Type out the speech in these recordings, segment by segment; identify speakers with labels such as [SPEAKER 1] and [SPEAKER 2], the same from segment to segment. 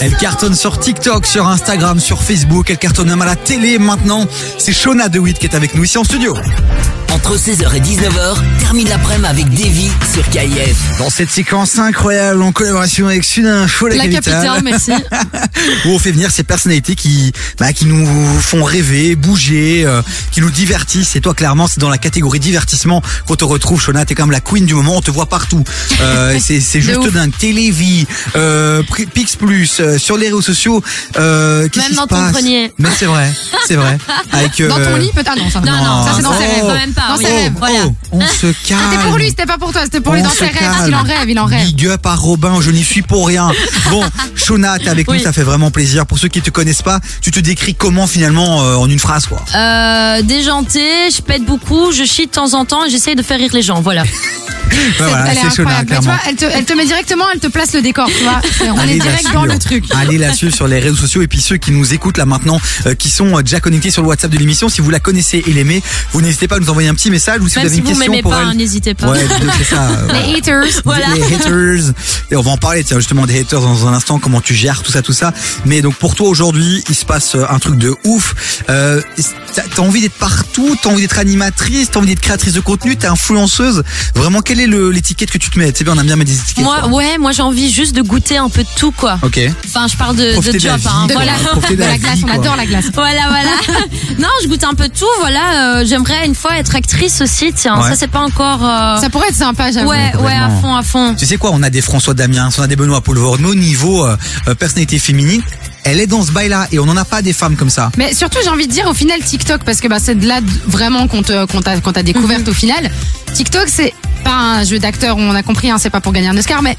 [SPEAKER 1] Elle cartonne sur TikTok, sur Instagram, sur Facebook. Elle cartonne même à la télé maintenant. C'est Shona DeWitt qui est avec nous ici en studio.
[SPEAKER 2] Entre 16h et 19h, termine l'après-midi avec Davy sur KIF.
[SPEAKER 1] Dans cette séquence incroyable en collaboration avec Sudin Info, la,
[SPEAKER 3] La capitale, merci.
[SPEAKER 1] où on fait venir ces personnalités qui, bah, qui nous font rêver, bouger, euh, qui nous divertissent. Et toi, clairement, c'est dans la catégorie divertissement qu'on te retrouve, Shona. T'es comme la queen du moment, on te voit partout. Euh, c'est c'est juste
[SPEAKER 3] ouf.
[SPEAKER 1] dingue. Télévie, euh, Pri- Pix Plus, euh, sur les réseaux sociaux. Euh, qu'est-ce
[SPEAKER 3] Même
[SPEAKER 1] qui
[SPEAKER 3] dans
[SPEAKER 1] se
[SPEAKER 3] ton
[SPEAKER 1] passe
[SPEAKER 3] grenier.
[SPEAKER 1] Mais c'est vrai, c'est vrai. Avec,
[SPEAKER 4] Dans ton
[SPEAKER 1] euh,
[SPEAKER 4] lit, peut-être. Ah non, ça
[SPEAKER 3] Non, non,
[SPEAKER 4] ça c'est dans ses
[SPEAKER 1] Oh.
[SPEAKER 4] rêves.
[SPEAKER 3] Quand même pas.
[SPEAKER 4] Dans
[SPEAKER 3] oui.
[SPEAKER 1] Oh,
[SPEAKER 4] ses rêves,
[SPEAKER 1] oh,
[SPEAKER 3] voilà.
[SPEAKER 1] on se calme.
[SPEAKER 4] C'était pour lui, c'était pas pour toi, c'était pour lui
[SPEAKER 1] On
[SPEAKER 4] dans
[SPEAKER 1] se
[SPEAKER 4] ses rêves. Ah,
[SPEAKER 1] calme.
[SPEAKER 4] Il en rêve, il en rêve.
[SPEAKER 1] Big up à Robin, je n'y suis pour rien. Bon, Shona, t'es avec nous,
[SPEAKER 3] Oui.
[SPEAKER 1] ça fait vraiment plaisir. Pour ceux qui te connaissent pas, tu te décris comment finalement euh, en une phrase quoi
[SPEAKER 3] Euh, déjantée, je pète beaucoup, je chie de temps en temps et j'essaye de faire rire les gens. Voilà.
[SPEAKER 1] Bah voilà,
[SPEAKER 4] elle est
[SPEAKER 1] c'est Shona,
[SPEAKER 4] incroyable. Mais tu
[SPEAKER 1] clairement.
[SPEAKER 4] vois, elle te, elle te met directement, elle te place le décor, tu vois. C'est- On
[SPEAKER 1] Allez
[SPEAKER 4] est direct
[SPEAKER 1] là-dessus,
[SPEAKER 4] dans le
[SPEAKER 1] hein.
[SPEAKER 4] truc.
[SPEAKER 1] Allez là-dessus sur les réseaux sociaux et puis ceux qui nous écoutent là maintenant, euh, qui sont euh, déjà connectés sur le WhatsApp de l'émission, si vous la connaissez et l'aimez, vous n'hésitez pas à nous envoyer un petit message ou si
[SPEAKER 3] Même
[SPEAKER 1] vous avez
[SPEAKER 3] si
[SPEAKER 1] une
[SPEAKER 3] vous
[SPEAKER 1] question
[SPEAKER 3] m'aimez
[SPEAKER 1] pour
[SPEAKER 3] pas, hein,
[SPEAKER 1] elle.
[SPEAKER 3] n'hésitez pas.
[SPEAKER 1] Ouais, c'est ça. euh, voilà.
[SPEAKER 4] Les haters.
[SPEAKER 3] Voilà.
[SPEAKER 1] Les haters. Et on va en parler, tiens, justement, des haters dans un instant, comment tu gères tout ça, tout ça. Mais donc, pour toi, aujourd'hui, il se passe euh, un truc de ouf. Euh, t'as- t'as envie d'être partout, t'as envie d'être animatrice, t'as envie d'être créatrice de contenu, t'es influenceuse. Vraiment, quelle est le- l'étiquette que tu te mets Tu sais bien, on aime bien mettre des étiquettes.
[SPEAKER 3] Moi,
[SPEAKER 1] quoi.
[SPEAKER 3] ouais, moi j'ai envie juste de goûter un peu de tout, quoi.
[SPEAKER 1] Ok.
[SPEAKER 3] Enfin, je parle de,
[SPEAKER 1] Profiter
[SPEAKER 3] de
[SPEAKER 1] de la
[SPEAKER 3] job,
[SPEAKER 1] vie,
[SPEAKER 3] hein,
[SPEAKER 1] quoi.
[SPEAKER 3] voilà.
[SPEAKER 1] Profiter
[SPEAKER 4] De la glace, on
[SPEAKER 1] quoi.
[SPEAKER 4] adore la glace.
[SPEAKER 3] Voilà, voilà. non, je goûte un peu de tout. Voilà, Euh, j'aimerais une fois être actrice aussi. Tiens,
[SPEAKER 1] Ouais.
[SPEAKER 3] ça c'est pas encore. euh,
[SPEAKER 4] Ça pourrait être sympa, j'avoue.
[SPEAKER 3] ouais, ouais, à
[SPEAKER 1] complètement.
[SPEAKER 3] fond, à fond.
[SPEAKER 1] Tu sais quoi, on a des François Damiens, on a des Benoît Poulvord, mais au niveau euh, euh, personnalité féminine, elle est dans ce bail-là et on n'en a pas des femmes comme ça.
[SPEAKER 4] Mais surtout, j'ai envie de dire au final TikTok, parce que bah, c'est de là vraiment qu'on te- qu'on t'a qu'on t'a découverte au final. TikTok, c'est pas un jeu d'acteur, on a compris, hein, c'est pas pour gagner un Oscar, mais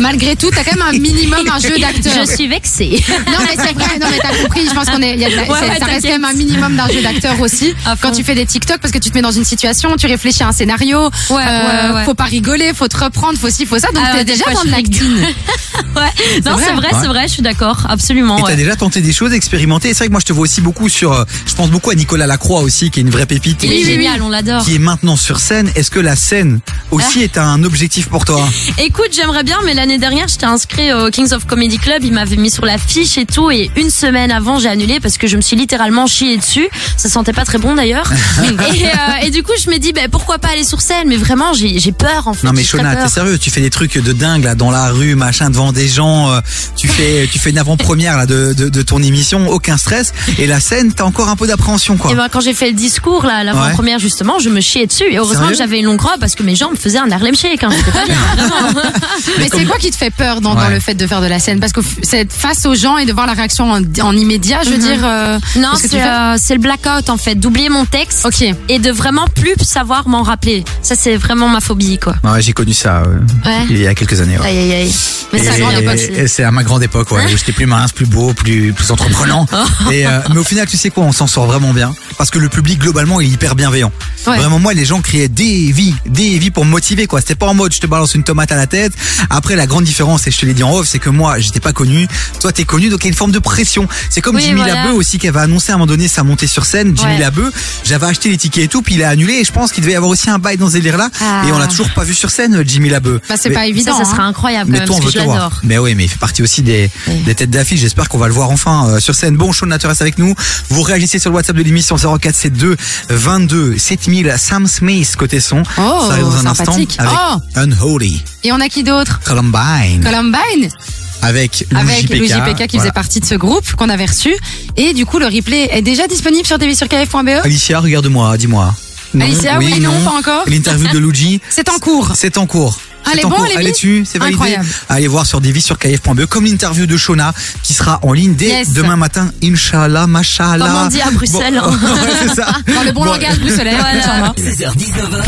[SPEAKER 4] malgré tout, t'as quand même un minimum un jeu d'acteur.
[SPEAKER 3] Je suis vexée.
[SPEAKER 4] Non, mais c'est vrai, non, mais t'as compris, je pense qu'on est, il y a de la-
[SPEAKER 3] Ouais,
[SPEAKER 4] c'est-
[SPEAKER 3] ouais,
[SPEAKER 4] ça
[SPEAKER 3] t'inquiète.
[SPEAKER 4] reste quand même un minimum d'un jeu d'acteur aussi.
[SPEAKER 3] À fond.
[SPEAKER 4] Quand tu fais des TikTok, parce que tu te mets dans une situation, tu réfléchis à un scénario, euh,
[SPEAKER 3] Ouais, ouais, ouais.
[SPEAKER 4] faut pas rigoler, faut te reprendre, faut ci, faut ça, donc
[SPEAKER 3] Ah
[SPEAKER 4] t'es
[SPEAKER 3] ouais, des
[SPEAKER 4] déjà
[SPEAKER 3] fois,
[SPEAKER 4] dans
[SPEAKER 3] je
[SPEAKER 4] de l'acting.
[SPEAKER 3] ouais. Non,
[SPEAKER 4] vrai.
[SPEAKER 3] c'est vrai,
[SPEAKER 1] Ouais.
[SPEAKER 3] c'est vrai. Je suis d'accord, absolument.
[SPEAKER 1] Et t'as
[SPEAKER 3] ouais.
[SPEAKER 1] déjà tenté des choses, expérimenté. Et C'est vrai que moi je te vois aussi beaucoup sur. euh, Je pense beaucoup à Nicolas Lacroix aussi, qui est une vraie pépite.
[SPEAKER 3] Il
[SPEAKER 1] et
[SPEAKER 3] est
[SPEAKER 1] qui-
[SPEAKER 3] génial, on l'adore.
[SPEAKER 1] Qui est maintenant sur scène. Est-ce que la scène aussi
[SPEAKER 3] Ah.
[SPEAKER 1] est un objectif pour toi
[SPEAKER 3] Écoute, j'aimerais bien, mais l'année dernière, j'étais inscrit au Kings of Comedy Club. Ils m'avaient mis sur l'affiche et tout. Et une semaine avant, j'ai annulé parce que je me suis littéralement chié dessus. Ça sentait pas très bon d'ailleurs. et, euh, et du coup, je me dis, ben pourquoi pas aller sur scène Mais vraiment, j'ai j'ai peur en fait.
[SPEAKER 1] Non mais
[SPEAKER 3] j'ai très
[SPEAKER 1] Shona,
[SPEAKER 3] peur.
[SPEAKER 1] t'es sérieux Tu fais des trucs de dingue là dans la rue, machin devant des gens. euh, tu fais, tu fais une avant-première là de, de, de ton émission. Aucun stress. Et la scène, t'as encore un peu d'appréhension quoi.
[SPEAKER 3] Et ben quand j'ai fait le discours là, la
[SPEAKER 1] Ouais.
[SPEAKER 3] première justement, je me chiais dessus. Et heureusement
[SPEAKER 1] Sérieux
[SPEAKER 3] que j'avais une longue robe parce que mes jambes faisaient un Harlem Shake. Hein, J'étais pas bien.
[SPEAKER 4] Mais c'est quoi qui te fait peur dans, dans
[SPEAKER 1] Ouais.
[SPEAKER 4] le fait de faire de la scène Parce que f- c'est être face aux gens et de voir la réaction en, en immédiat,
[SPEAKER 3] Mhm.
[SPEAKER 4] je veux dire. euh,
[SPEAKER 3] Non,
[SPEAKER 4] parce que tu
[SPEAKER 3] c'est euh, c'est le blackout en fait, d'oublier mon texte
[SPEAKER 4] Ok.
[SPEAKER 3] et de vraiment plus savoir m'en rappeler. Ça c'est vraiment ma phobie quoi.
[SPEAKER 1] Ouais, j'ai connu ça euh,
[SPEAKER 3] ben. Ouais.
[SPEAKER 1] il y a quelques années. ouais.
[SPEAKER 3] Aïe aïe aïe. Mais
[SPEAKER 1] Ah. Et-
[SPEAKER 3] ça grande époque. Hein
[SPEAKER 1] et C'est à ma grande époque, ouais, où j'étais plus mince, plus beau, plus, plus entreprenant.
[SPEAKER 3] Oh.
[SPEAKER 1] Et, euh, mais au final, tu sais quoi, on s'en sort vraiment bien. Parce que le public, globalement, est hyper bienveillant.
[SPEAKER 4] Ouais.
[SPEAKER 1] Vraiment, moi, les gens criaient des vies, des vies pour me motiver, quoi. C'était pas en mode je te balance une tomate à la tête. Après, la grande différence, et je te l'ai dit en off, c'est que moi, j'étais pas connu. Toi, t'es connu, donc il y a une forme de pression. C'est comme
[SPEAKER 3] Oui,
[SPEAKER 1] Jimmy
[SPEAKER 3] voilà.
[SPEAKER 1] Labeu aussi, qui avait annoncé à un moment donné sa montée sur scène. Jimmy
[SPEAKER 3] Ouais.
[SPEAKER 1] Labeu, j'avais acheté les tickets et tout, puis il a annulé. Et je pense qu'il devait y avoir aussi un bail dans ce délire-là.
[SPEAKER 3] Ah.
[SPEAKER 1] Et on l'a toujours pas vu sur scène, Jimmy Labeu.
[SPEAKER 4] Bah, c'est
[SPEAKER 1] Mais-
[SPEAKER 4] pas évident.
[SPEAKER 3] Ça, ça
[SPEAKER 4] hein.
[SPEAKER 3] sera incroyable quand
[SPEAKER 1] mais
[SPEAKER 3] même,
[SPEAKER 1] toi, on
[SPEAKER 3] parce
[SPEAKER 1] veut
[SPEAKER 3] que je
[SPEAKER 1] te voir.
[SPEAKER 3] l'adore.
[SPEAKER 1] Mais oui, mais il fait partie aussi des,
[SPEAKER 3] Oui.
[SPEAKER 1] des têtes d'affiche. J'espère qu'on va le voir enfin euh, sur scène. Bon, Sean Natter reste avec nous. Vous réagissez sur le WhatsApp de l'émission 0472 22 7000. Sam Smith côté son.
[SPEAKER 4] Oh,
[SPEAKER 1] Ça arrive dans un instant
[SPEAKER 4] sympathique.
[SPEAKER 1] avec
[SPEAKER 4] Oh,
[SPEAKER 1] Unholy,
[SPEAKER 4] et on a qui d'autre
[SPEAKER 1] Columbine,
[SPEAKER 4] Columbine
[SPEAKER 1] avec
[SPEAKER 4] avec
[SPEAKER 1] Luigi
[SPEAKER 4] Luigi
[SPEAKER 1] Pekka.
[SPEAKER 4] Pekka qui
[SPEAKER 1] Voilà.
[SPEAKER 4] faisait partie de ce groupe qu'on avait reçu. Et du coup, le replay est déjà disponible sur tvsurkf.be.
[SPEAKER 1] Alicia, regarde-moi, dis-moi. Non,
[SPEAKER 4] Alicia, oui, non, pas encore.
[SPEAKER 1] L'interview de Luigi.
[SPEAKER 4] C'est en cours.
[SPEAKER 1] C'est en cours.
[SPEAKER 4] Ah, elle
[SPEAKER 1] C'est
[SPEAKER 4] est
[SPEAKER 1] en
[SPEAKER 4] bon,
[SPEAKER 1] cours.
[SPEAKER 4] Lévi
[SPEAKER 1] Elle est dessus, c'est validé.
[SPEAKER 4] Incroyable.
[SPEAKER 1] Allez voir sur Devi sur kf.be comme l'interview de Shona qui sera en ligne dès
[SPEAKER 4] Yes.
[SPEAKER 1] demain matin. Inch'Allah, mashallah.
[SPEAKER 3] Comme on dit à Bruxelles,
[SPEAKER 1] Bon,
[SPEAKER 3] hein.
[SPEAKER 1] ouais, c'est ça.
[SPEAKER 4] Dans le bon,
[SPEAKER 1] Bon,
[SPEAKER 4] langage bruxellois.
[SPEAKER 3] Voilà.
[SPEAKER 4] Inch'Allah.
[SPEAKER 2] 16h-19h,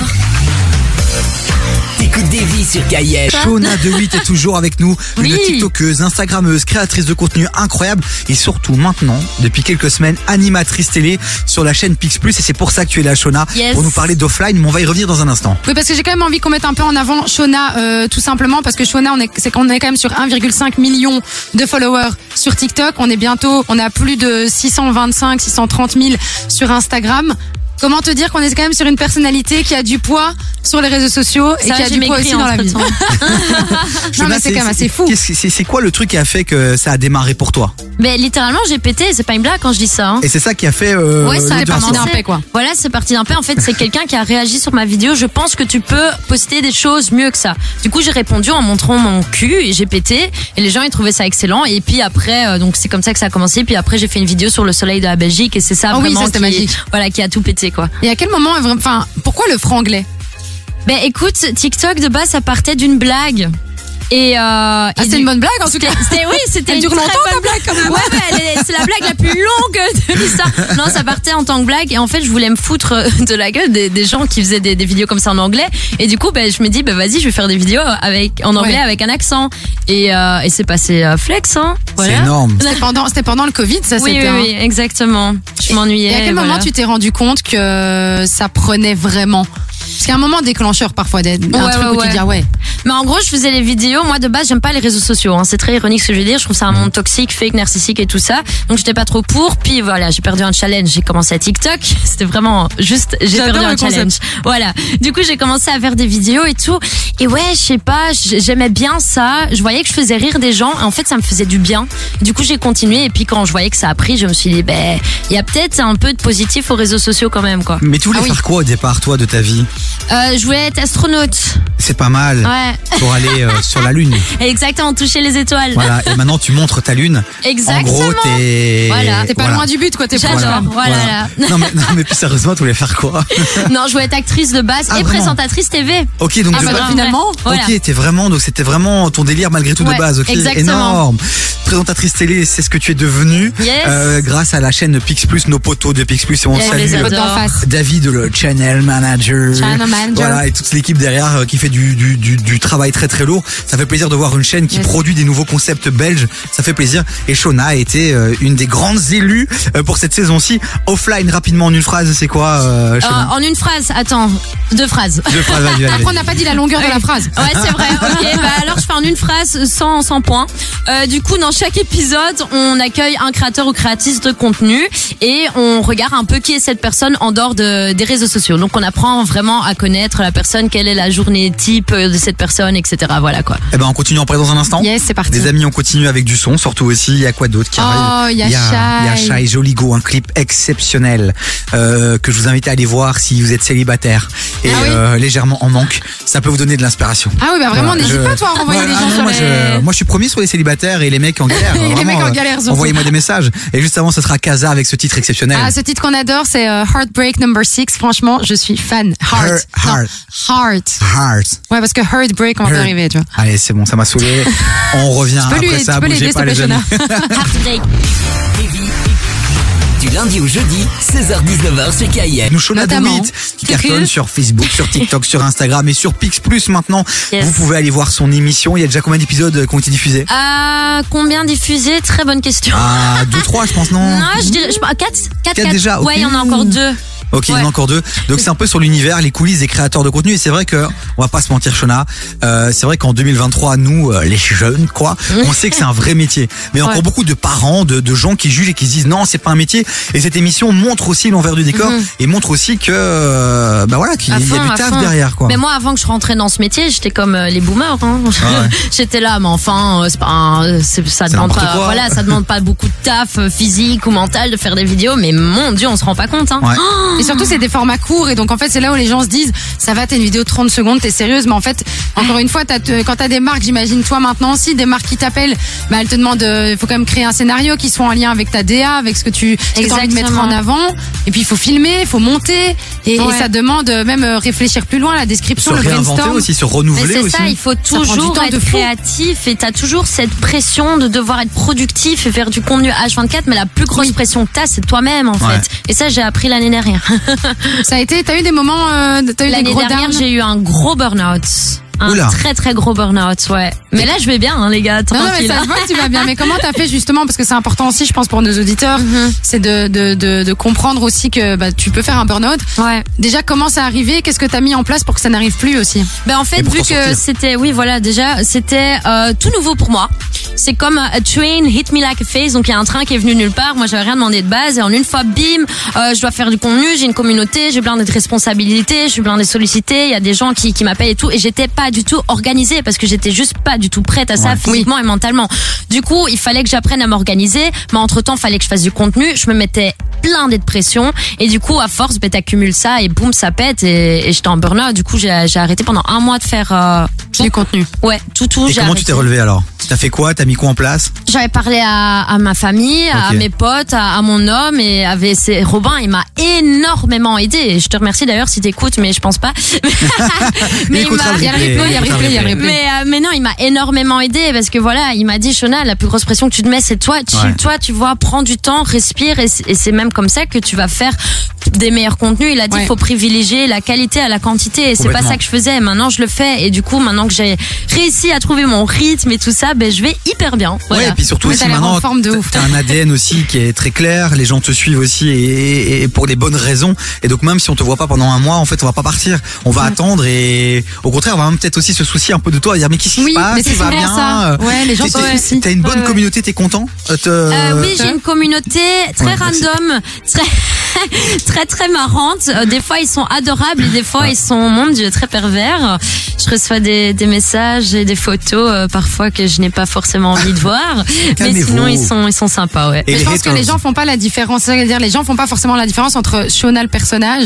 [SPEAKER 2] t'écoutes Davy sur KIF.
[SPEAKER 1] Shona de 8 est toujours avec nous, une
[SPEAKER 3] Oui.
[SPEAKER 1] TikTokeuse, Instagrammeuse, créatrice de contenu incroyable et surtout maintenant, depuis quelques semaines, animatrice télé sur la chaîne Pix Plus et c'est pour ça que tu es là Shona
[SPEAKER 3] Yes.
[SPEAKER 1] pour nous parler d'offline mais on va y revenir dans un instant.
[SPEAKER 4] Oui, parce que j'ai quand même envie qu'on mette un peu en avant Shona, euh, tout simplement, parce que Shona, on est, c'est qu'on est quand même sur 1,5 million de followers sur TikTok. On est bientôt, on a plus de 625, 630 000 sur Instagram. Comment te dire qu'on est quand même sur une personnalité qui a du poids sur les réseaux sociaux et
[SPEAKER 3] Ça
[SPEAKER 4] qui
[SPEAKER 3] va,
[SPEAKER 4] a
[SPEAKER 3] j'ai
[SPEAKER 4] du poids
[SPEAKER 3] maigri
[SPEAKER 4] aussi dans la vie.
[SPEAKER 3] entre-temps.
[SPEAKER 4] non,
[SPEAKER 1] Jonas,
[SPEAKER 4] mais c'est quand même assez fou.
[SPEAKER 1] qu'est-ce que- C'est c'est quoi le truc qui a fait que ça a démarré pour toi
[SPEAKER 3] Mais littéralement, j'ai pété, c'est pas une blague quand je dis ça. hein.
[SPEAKER 1] Et c'est ça qui a fait. euh,
[SPEAKER 3] Ouais, ça
[SPEAKER 1] le
[SPEAKER 3] a
[SPEAKER 1] dur à
[SPEAKER 4] parti
[SPEAKER 1] sortir.
[SPEAKER 4] d'un paix, quoi.
[SPEAKER 3] Voilà, c'est parti d'un paix. En fait, c'est quelqu'un qui a réagi sur ma vidéo. Je pense que tu peux poster des choses mieux que ça. Du coup, j'ai répondu en montrant mon cul et j'ai pété. Et les gens, ils trouvaient ça excellent. Et puis après, euh, donc c'est comme ça que ça a commencé. Puis après, j'ai fait une vidéo sur le soleil de la Belgique et c'est ça
[SPEAKER 4] Ah oui,
[SPEAKER 3] vraiment
[SPEAKER 4] ça, c'était
[SPEAKER 3] qui,
[SPEAKER 4] magique.
[SPEAKER 3] voilà, qui a tout pété, quoi.
[SPEAKER 4] Et à quel moment, enfin, pourquoi le franglais
[SPEAKER 3] Ben écoute, TikTok de base, ça partait d'une blague. Et, euh, et
[SPEAKER 4] Ah, c'était
[SPEAKER 3] du-
[SPEAKER 4] une bonne blague en tout cas.
[SPEAKER 3] C'était oui, c'était
[SPEAKER 4] Elle
[SPEAKER 3] une
[SPEAKER 4] dure
[SPEAKER 3] très
[SPEAKER 4] longtemps
[SPEAKER 3] bonne
[SPEAKER 4] ta blague quand même.
[SPEAKER 3] Ouais, ouais, elle est- c'est la blague la plus longue de l'histoire. Non, ça partait en tant que blague. Et en fait, je voulais me foutre euh, de la gueule des, des gens qui faisaient des, des vidéos comme ça en anglais. Et du coup, ben, je me dis, ben, vas-y, je vais faire des vidéos avec, en anglais
[SPEAKER 4] Ouais.
[SPEAKER 3] avec un accent. Et, euh, et c'est passé euh, flex, hein.
[SPEAKER 1] C'est
[SPEAKER 3] Voilà.
[SPEAKER 1] énorme.
[SPEAKER 4] C'était pendant, c'était pendant le Covid, ça
[SPEAKER 3] Oui,
[SPEAKER 4] c'était. hein.
[SPEAKER 3] oui,
[SPEAKER 4] un-
[SPEAKER 3] oui, exactement. Je m'ennuyais.
[SPEAKER 4] Et à quel moment
[SPEAKER 3] voilà.
[SPEAKER 4] tu t'es rendu compte que ça prenait vraiment Parce qu'il y a un moment déclencheur parfois, d'un un
[SPEAKER 3] Ouais,
[SPEAKER 4] truc
[SPEAKER 3] ouais,
[SPEAKER 4] où tu
[SPEAKER 3] ouais.
[SPEAKER 4] te dis ah ouais.
[SPEAKER 3] Mais en gros, je faisais les vidéos. Moi, de base, j'aime pas les réseaux sociaux. hein. C'est très ironique ce que je veux dire. Je trouve ça un monde toxique, fake, narcissique et tout ça. Donc, j'étais pas trop pour. Puis voilà, j'ai perdu un challenge. J'ai commencé à TikTok. C'était vraiment juste. J'ai
[SPEAKER 4] J'adore
[SPEAKER 3] perdu
[SPEAKER 4] le
[SPEAKER 3] un
[SPEAKER 4] concept.
[SPEAKER 3] challenge. Voilà. Du coup, j'ai commencé à faire des vidéos et tout. Et ouais, je sais pas. j- J'aimais bien ça. Je voyais que je faisais rire des gens. En fait, ça me faisait du bien. Du coup, j'ai continué. Et puis, quand je voyais que ça a pris, je me suis dit, ben, il y a peut-être un peu de positif aux réseaux sociaux quand même, quoi.
[SPEAKER 1] Mais tu voulais
[SPEAKER 4] Ah oui.
[SPEAKER 1] faire quoi au départ, toi, de ta vie
[SPEAKER 3] Euh, je voulais être astronaute.
[SPEAKER 1] C'est pas mal
[SPEAKER 3] Ouais.
[SPEAKER 1] pour aller euh, sur la lune.
[SPEAKER 3] Exactement. Toucher les étoiles.
[SPEAKER 1] Voilà. Et maintenant, tu montres ta lune. En
[SPEAKER 3] Exactement.
[SPEAKER 1] gros, t'es.
[SPEAKER 3] Voilà.
[SPEAKER 4] T'es pas
[SPEAKER 1] voilà.
[SPEAKER 4] loin du but quoi, t'es pas
[SPEAKER 3] J'adore.
[SPEAKER 4] loin.
[SPEAKER 3] Voilà, là.
[SPEAKER 1] Non, mais, non, mais plus sérieusement, tu voulais faire quoi
[SPEAKER 3] Non, je voulais être actrice de base
[SPEAKER 1] Ah,
[SPEAKER 3] et
[SPEAKER 1] vraiment
[SPEAKER 3] présentatrice TV.
[SPEAKER 1] Ok, donc
[SPEAKER 4] Ah,
[SPEAKER 1] je
[SPEAKER 4] bah,
[SPEAKER 1] vois-
[SPEAKER 4] donc, finalement,
[SPEAKER 3] voilà.
[SPEAKER 1] Ok, t'es vraiment, donc c'était vraiment ton délire malgré tout de
[SPEAKER 3] Ouais,
[SPEAKER 1] base, ok,
[SPEAKER 3] exactement.
[SPEAKER 1] énorme. Présentatrice télé, c'est ce que tu es devenue
[SPEAKER 3] Yes.
[SPEAKER 1] euh, grâce à la chaîne Pix Plus, nos poteaux de Pix Plus et on
[SPEAKER 3] Yeah,
[SPEAKER 1] salue
[SPEAKER 3] les
[SPEAKER 1] euh,
[SPEAKER 4] Faute d'en
[SPEAKER 3] J'adore.
[SPEAKER 4] face.
[SPEAKER 1] David, le channel manager.
[SPEAKER 4] Channel manager.
[SPEAKER 1] Voilà, et toute l'équipe derrière euh, qui fait du, du, du, du travail très très lourd. Ça fait plaisir de voir une chaîne qui
[SPEAKER 4] Yes.
[SPEAKER 1] produit des nouveaux concepts belges. Ça fait plaisir. Et Shona a été euh, une des grandes élues euh, pour cette saison-ci. Offline, rapidement, en une phrase, c'est quoi, euh,
[SPEAKER 3] Euh,
[SPEAKER 1] Shona
[SPEAKER 3] en une phrase, attends, deux phrases.
[SPEAKER 1] Deux phrases, vas-y, vas-y, vas-y.
[SPEAKER 4] Euh, Après on n'a pas dit la longueur de la phrase.
[SPEAKER 3] Ouais, c'est vrai. Ok, bah alors je fais en une phrase sans, sans point. Euh, du coup, dans chaque épisode, on accueille un créateur ou créatrice de contenu et on regarde un peu qui est cette personne en dehors de, des réseaux sociaux. Donc, on apprend vraiment à connaître la personne, quelle est la journée type de cette personne, etc. Voilà quoi.
[SPEAKER 1] Eh ben, on continue en près dans un instant.
[SPEAKER 4] Yes, c'est parti.
[SPEAKER 1] Les amis, on continue avec du son, surtout aussi. Il y a quoi d'autre qui
[SPEAKER 4] Oh,
[SPEAKER 1] arrive
[SPEAKER 4] il y a
[SPEAKER 1] Il y a
[SPEAKER 4] Shai.
[SPEAKER 1] Shai Joligo, un clip exceptionnel euh, que je vous invite à aller voir si vous êtes célibataire et
[SPEAKER 4] Ah oui.
[SPEAKER 1] euh, légèrement en manque. Ça peut vous donner de l'inspiration.
[SPEAKER 4] Ah oui, bah vraiment,
[SPEAKER 1] Voilà,
[SPEAKER 4] n'hésite
[SPEAKER 1] je-
[SPEAKER 4] pas toi à renvoyer
[SPEAKER 1] Voilà,
[SPEAKER 4] les gens
[SPEAKER 1] ah non,
[SPEAKER 4] sur
[SPEAKER 1] moi,
[SPEAKER 4] les-
[SPEAKER 1] je, moi, je suis premier sur les célibataires et les mecs en galère.
[SPEAKER 4] Et les
[SPEAKER 1] Vraiment,
[SPEAKER 4] mecs en
[SPEAKER 1] euh,
[SPEAKER 4] galère, surtout.
[SPEAKER 1] Envoyez-moi des messages. Et juste avant, ce sera Kaza avec ce titre exceptionnel.
[SPEAKER 4] Ah, ce titre qu'on adore, c'est euh, Heartbreak Number 6. Franchement, je suis fan. Heart.
[SPEAKER 1] Her-
[SPEAKER 4] Non,
[SPEAKER 1] heart.
[SPEAKER 4] heart.
[SPEAKER 1] Heart.
[SPEAKER 4] Ouais, parce que Heartbreak, on va
[SPEAKER 1] Her-
[SPEAKER 4] pas arriver, tu vois.
[SPEAKER 1] Allez, c'est bon, ça m'a saoulé. On revient
[SPEAKER 4] Tu peux lui-
[SPEAKER 1] Ah, après ça.
[SPEAKER 4] tu peux
[SPEAKER 1] Bougez
[SPEAKER 4] l'aider,
[SPEAKER 1] pas,
[SPEAKER 4] s'il te
[SPEAKER 1] les
[SPEAKER 4] plaît,
[SPEAKER 1] amis.
[SPEAKER 4] Jonah.
[SPEAKER 3] Heartbreak.
[SPEAKER 2] Davy. Du lundi au jeudi, 16h-19h sur KIM.
[SPEAKER 1] Nous Shona
[SPEAKER 4] Notamment.
[SPEAKER 1] Doumit qui
[SPEAKER 4] C'est
[SPEAKER 1] cartonne
[SPEAKER 4] cool.
[SPEAKER 1] sur Facebook, sur TikTok, sur Instagram et sur Pix Plus maintenant.
[SPEAKER 3] Yes.
[SPEAKER 1] Vous pouvez aller voir son émission. Il y a déjà combien d'épisodes euh, qui ont été diffusés
[SPEAKER 3] Euh, combien diffusé Très bonne question.
[SPEAKER 1] Ah, deux, trois, je pense, non
[SPEAKER 3] Non, je dirais, je, ah, quatre, quatre,
[SPEAKER 1] Quatre déjà, ok.
[SPEAKER 3] Ouais, il y en a encore deux.
[SPEAKER 1] Ok, il y en a
[SPEAKER 3] Ouais.
[SPEAKER 1] encore deux. Donc c'est un peu sur l'univers, les coulisses des créateurs de contenu. Et c'est vrai que, on va pas se mentir, Shona, euh, c'est vrai qu'en 2023, nous, euh, les jeunes, quoi,
[SPEAKER 3] Mm.
[SPEAKER 1] on sait que c'est un vrai métier. Mais encore
[SPEAKER 4] Ouais.
[SPEAKER 1] beaucoup de parents, de, de gens qui jugent et qui se disent non, c'est pas un métier. Et cette émission montre aussi l'envers du décor et montre aussi que, euh, bah voilà, qu'il y a
[SPEAKER 3] Mm-hmm. À
[SPEAKER 1] du
[SPEAKER 3] fond, à
[SPEAKER 1] taf
[SPEAKER 3] fond.
[SPEAKER 1] derrière, quoi. Ah
[SPEAKER 3] Mais moi, avant que je rentrais dans ce métier, j'étais comme euh, les boomers. hein. j'étais là, mais enfin, euh, c'est pas un- euh, c'est- ça demande
[SPEAKER 1] n'importe
[SPEAKER 3] pas,
[SPEAKER 1] quoi.
[SPEAKER 3] voilà, ça demande pas beaucoup de taf euh, physique ou mental de faire des vidéos. Mais mon dieu, on se rend pas compte. Hein.
[SPEAKER 1] Ouais.
[SPEAKER 4] Et surtout, c'est des formats courts. Et donc, en fait, c'est là où les gens se disent, ça va, t'as une vidéo de 30 secondes, t'es sérieuse. Mais en fait, encore une fois, t'as, te- quand t'as des marques, j'imagine, toi maintenant aussi, des marques qui t'appellent, bah, elles te demandent, il faut quand même créer un scénario qui soit en lien avec ta DA, avec ce que tu ce que t'as envie de mettre en
[SPEAKER 3] Exactement.
[SPEAKER 4] avant. Et puis, il faut filmer, il faut monter. Et, et
[SPEAKER 3] Ouais.
[SPEAKER 4] ça demande euh, même euh, réfléchir plus loin, la description,
[SPEAKER 1] se
[SPEAKER 4] le
[SPEAKER 1] réinventer
[SPEAKER 4] brainstorm.
[SPEAKER 1] aussi, se
[SPEAKER 3] Mais
[SPEAKER 1] renouveler
[SPEAKER 3] c'est
[SPEAKER 1] aussi.
[SPEAKER 3] ça, il faut
[SPEAKER 4] prend du
[SPEAKER 3] toujours
[SPEAKER 4] temps de
[SPEAKER 3] être
[SPEAKER 4] fou.
[SPEAKER 3] créatif et t'as toujours cette pression de devoir être productif et faire du contenu H24, mais la plus grosse pression que t'as, c'est toi-même en
[SPEAKER 1] Ouais.
[SPEAKER 3] fait. Et ça, j'ai appris l'année dernière.
[SPEAKER 4] Ça a été, t'as eu des moments, euh, t'as eu des
[SPEAKER 3] L'année
[SPEAKER 4] gros
[SPEAKER 3] dernière,
[SPEAKER 4] downs
[SPEAKER 3] j'ai eu un gros burn-out. un
[SPEAKER 1] Oula.
[SPEAKER 3] très très gros burn-out, ouais. Mais là, je vais bien, hein, les gars,
[SPEAKER 4] Non, non, mais
[SPEAKER 3] tranquille.
[SPEAKER 4] ça se voit que tu vas bien. Mais comment t'as fait justement Parce que c'est important aussi, je pense, pour nos auditeurs,
[SPEAKER 3] Mm-hmm.
[SPEAKER 4] c'est de, de, de, de comprendre aussi que bah, tu peux faire un burn-out.
[SPEAKER 3] Ouais.
[SPEAKER 4] Déjà, comment ça arrivé Qu'est-ce que t'as mis en place pour que ça n'arrive plus aussi
[SPEAKER 3] Ben en fait,
[SPEAKER 1] Et pour
[SPEAKER 3] vu
[SPEAKER 1] t'en
[SPEAKER 3] que
[SPEAKER 1] sortir.
[SPEAKER 3] c'était, oui, voilà, déjà, c'était euh, tout nouveau pour moi. C'est comme euh, a train hit me like a face. Donc il y a un train qui est venu nulle part. Moi, j'avais rien demandé de base. Et en une fois, bim, euh, je dois faire du contenu. J'ai une communauté. J'ai plein de responsabilités. Je suis plein de sollicités. Il y a des gens qui, qui m'appellent et tout. Et j'étais pas du tout organisée parce que j'étais juste pas du tout prête à ça
[SPEAKER 1] Ouais.
[SPEAKER 3] physiquement et mentalement. Du coup, il fallait que j'apprenne à m'organiser. Mais entre temps, fallait que je fasse du contenu. Je me mettais plein de pression et du coup à force ben t'accumules ça et boum ça pète et, et j'étais en burn-out du coup j'ai j'ai arrêté pendant un mois de faire euh,
[SPEAKER 4] Du contenu.
[SPEAKER 3] ouais tout tout
[SPEAKER 1] Et
[SPEAKER 3] j'ai
[SPEAKER 1] comment tu
[SPEAKER 3] arrêté.
[SPEAKER 1] t'es relevé alors T'as fait quoi T'as mis quoi en place
[SPEAKER 3] j'avais parlé à, à ma famille à
[SPEAKER 1] Ok.
[SPEAKER 3] mes potes à, à mon homme et avait c'est Robin il m'a énormément aidé et je te remercie d'ailleurs si t'écoutes mais je pense pas mais il
[SPEAKER 1] écoutera
[SPEAKER 3] m'a
[SPEAKER 1] le
[SPEAKER 4] Il y a le
[SPEAKER 1] replay,
[SPEAKER 4] replay, il y a le
[SPEAKER 1] écoutera
[SPEAKER 4] replay, il y a le replay.
[SPEAKER 3] mais, euh, mais non, il m'a énormément aidé parce que voilà, il m'a dit Shona, la plus grosse pression que tu te mets, c'est toi.
[SPEAKER 1] Ouais.
[SPEAKER 3] Chill-toi, tu vois, prends du temps, respire et c- et c'est même comme ça que tu vas faire des meilleurs contenus. Il a dit
[SPEAKER 4] Ouais.
[SPEAKER 3] faut privilégier la qualité à la quantité et c'est pas
[SPEAKER 1] Complètement.
[SPEAKER 3] ça que je faisais. Maintenant, je le fais et du coup, maintenant que j'ai réussi à trouver mon rythme et tout ça, ben je vais hyper bien. Voilà.
[SPEAKER 1] Ouais, et puis surtout
[SPEAKER 4] Mais
[SPEAKER 1] aussi
[SPEAKER 4] t'as l'air en
[SPEAKER 1] maintenant,
[SPEAKER 4] forme de
[SPEAKER 1] t'as
[SPEAKER 4] ouf.
[SPEAKER 1] t'as un ADN aussi qui est très clair, les gens te suivent aussi et, et- et pour des bonnes raisons. Et donc même si on te voit pas pendant un mois, en fait, on va pas partir, on
[SPEAKER 4] Mm.
[SPEAKER 1] va attendre et au contraire, on va même peut-être aussi se soucier un peu de toi, à dire mais qu'est-ce qui
[SPEAKER 4] Oui,
[SPEAKER 1] se passe,
[SPEAKER 4] mais c'est
[SPEAKER 1] tu vas
[SPEAKER 4] souvent
[SPEAKER 1] bien.
[SPEAKER 4] ça.
[SPEAKER 1] euh,
[SPEAKER 4] Ouais, les gens
[SPEAKER 1] t'es-
[SPEAKER 4] sont
[SPEAKER 1] t'es-
[SPEAKER 4] aussi.
[SPEAKER 1] T'as une bonne
[SPEAKER 4] Ouais, ouais.
[SPEAKER 1] communauté, t'es content Euh, te-
[SPEAKER 3] Euh, oui, j'ai une communauté très
[SPEAKER 1] Ouais,
[SPEAKER 4] bah,
[SPEAKER 1] merci.
[SPEAKER 3] random, très, très, très marrante. Euh, Des fois, ils sont adorables et des fois, ils sont, mon Dieu, très pervers. Je reçois des, des messages et des photos euh, parfois que je n'ai pas forcément envie de voir. mais
[SPEAKER 1] Calmez-vous.
[SPEAKER 3] sinon, ils sont, ils sont sympas, ouais.
[SPEAKER 1] Et
[SPEAKER 4] Mais
[SPEAKER 1] les
[SPEAKER 4] je pense que
[SPEAKER 1] haters.
[SPEAKER 4] les gens font pas la différence. C'est-à-dire, les gens font pas forcément la différence entre Shona le personnage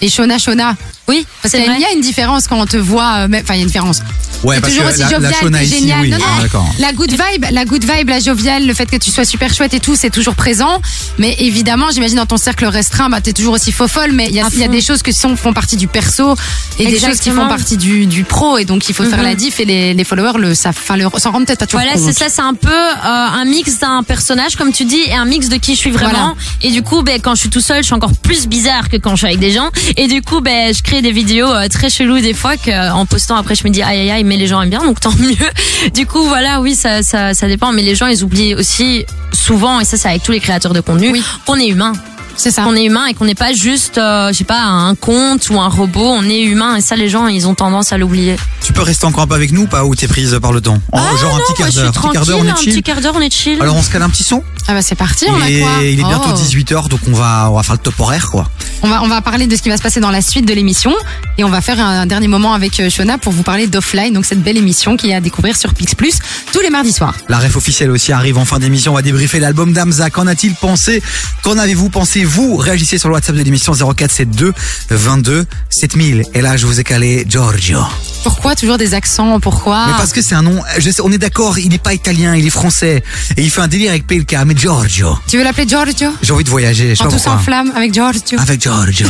[SPEAKER 4] et Shona Shona.
[SPEAKER 3] Oui,
[SPEAKER 4] Parce
[SPEAKER 3] c'est
[SPEAKER 4] qu'il y a-
[SPEAKER 3] vrai.
[SPEAKER 4] il y a une différence quand on te voit. euh, mais- Enfin, il y a une différence.
[SPEAKER 1] Ouais,
[SPEAKER 4] T'es
[SPEAKER 1] parce que
[SPEAKER 4] toujours aussi
[SPEAKER 1] la, la
[SPEAKER 4] jovial,
[SPEAKER 1] Shona
[SPEAKER 4] t'es
[SPEAKER 1] ici,
[SPEAKER 4] génial.
[SPEAKER 1] oui,
[SPEAKER 4] Non, non,
[SPEAKER 1] ah,
[SPEAKER 4] non.
[SPEAKER 1] d'accord.
[SPEAKER 4] La good vibe, la good vibe, la joviale, le fait que tu sois super chouette et tout, c'est toujours présent. Mais évidemment, j'imagine dans ton cercle restreint, bah, t'es toujours aussi faux folle, mais il y a,
[SPEAKER 3] À
[SPEAKER 4] il y a
[SPEAKER 3] fond.
[SPEAKER 4] des choses qui sont, font partie du perso et des choses qui
[SPEAKER 3] Exactement.
[SPEAKER 4] font partie du, du pro. Et donc, il faut faire
[SPEAKER 3] Mhm.
[SPEAKER 4] la diff et les, les followers le, savent- enfin, le, s'en rendent peut-être pas toujours
[SPEAKER 3] Voilà,
[SPEAKER 4] compte.
[SPEAKER 3] c'est ça, c'est un peu euh, un mix d'un personnage, comme tu dis, et un mix de qui je suis vraiment.
[SPEAKER 4] Voilà.
[SPEAKER 3] Et du coup, ben, quand je suis tout seul, je suis encore plus bizarre que quand je suis avec des gens. Et du coup, ben, je crée des vidéos euh, très cheloues des fois que, euh, en postant après, je me dis aïe aïe aïe, mais les gens aiment bien, donc tant mieux. Du coup, voilà, oui, ça, ça, ça dépend. Mais les gens, ils oublient aussi souvent, et ça, c'est avec tous les créateurs de contenu,
[SPEAKER 4] Oui.
[SPEAKER 3] qu'on est humain.
[SPEAKER 4] C'est ça.
[SPEAKER 1] Ah.
[SPEAKER 3] Qu'on est humain et qu'on n'est pas juste, euh, je sais pas, un compte ou un robot. On est humain et ça, les gens, ils ont tendance à l'oublier.
[SPEAKER 1] Tu peux rester encore un peu avec nous ou pas Ou t'es prise par le temps En-
[SPEAKER 4] Ah,
[SPEAKER 1] Genre un petit
[SPEAKER 3] Moi,
[SPEAKER 1] quart
[SPEAKER 3] je suis
[SPEAKER 1] d'heure. Petit quart
[SPEAKER 3] tranquille,
[SPEAKER 1] d'heure, on
[SPEAKER 3] un
[SPEAKER 1] est
[SPEAKER 3] petit
[SPEAKER 1] chill.
[SPEAKER 3] quart d'heure, on est chill.
[SPEAKER 1] Alors on se cale un petit son
[SPEAKER 4] Ah bah, c'est parti, on
[SPEAKER 1] Il
[SPEAKER 4] a quoi
[SPEAKER 1] est, il est bientôt
[SPEAKER 4] Oh.
[SPEAKER 1] 18h, donc on va, on va faire le top horaire, quoi.
[SPEAKER 4] On va, on va parler de ce qui va se passer dans la suite de l'émission et on va faire un, dernier moment avec euh, Shona pour vous parler d'Offline, donc cette belle émission qui est à découvrir sur Pix Plus tous les mardis soirs.
[SPEAKER 1] La ref officielle aussi arrive en fin d'émission. On va débriefer l'album d'Amza. Qu'en a-t-il pensé Qu'en avez-vous pensé Vous réagissez sur le WhatsApp de l'émission 0472 22 7000. Et là, je vous ai calé Giorgio.
[SPEAKER 4] Pourquoi toujours des accents Pourquoi
[SPEAKER 1] Mais parce que c'est un nom. Je sais, on est d'accord, il n'est pas italien, il est français. Et il fait un délire avec PLK. Mais Giorgio,
[SPEAKER 4] Tu veux l'appeler Giorgio
[SPEAKER 1] j'ai envie de voyager. Je sais
[SPEAKER 4] En
[SPEAKER 1] pas
[SPEAKER 4] tout en
[SPEAKER 1] pourquoi.
[SPEAKER 4] flamme avec Giorgio.
[SPEAKER 1] Avec Giorgio.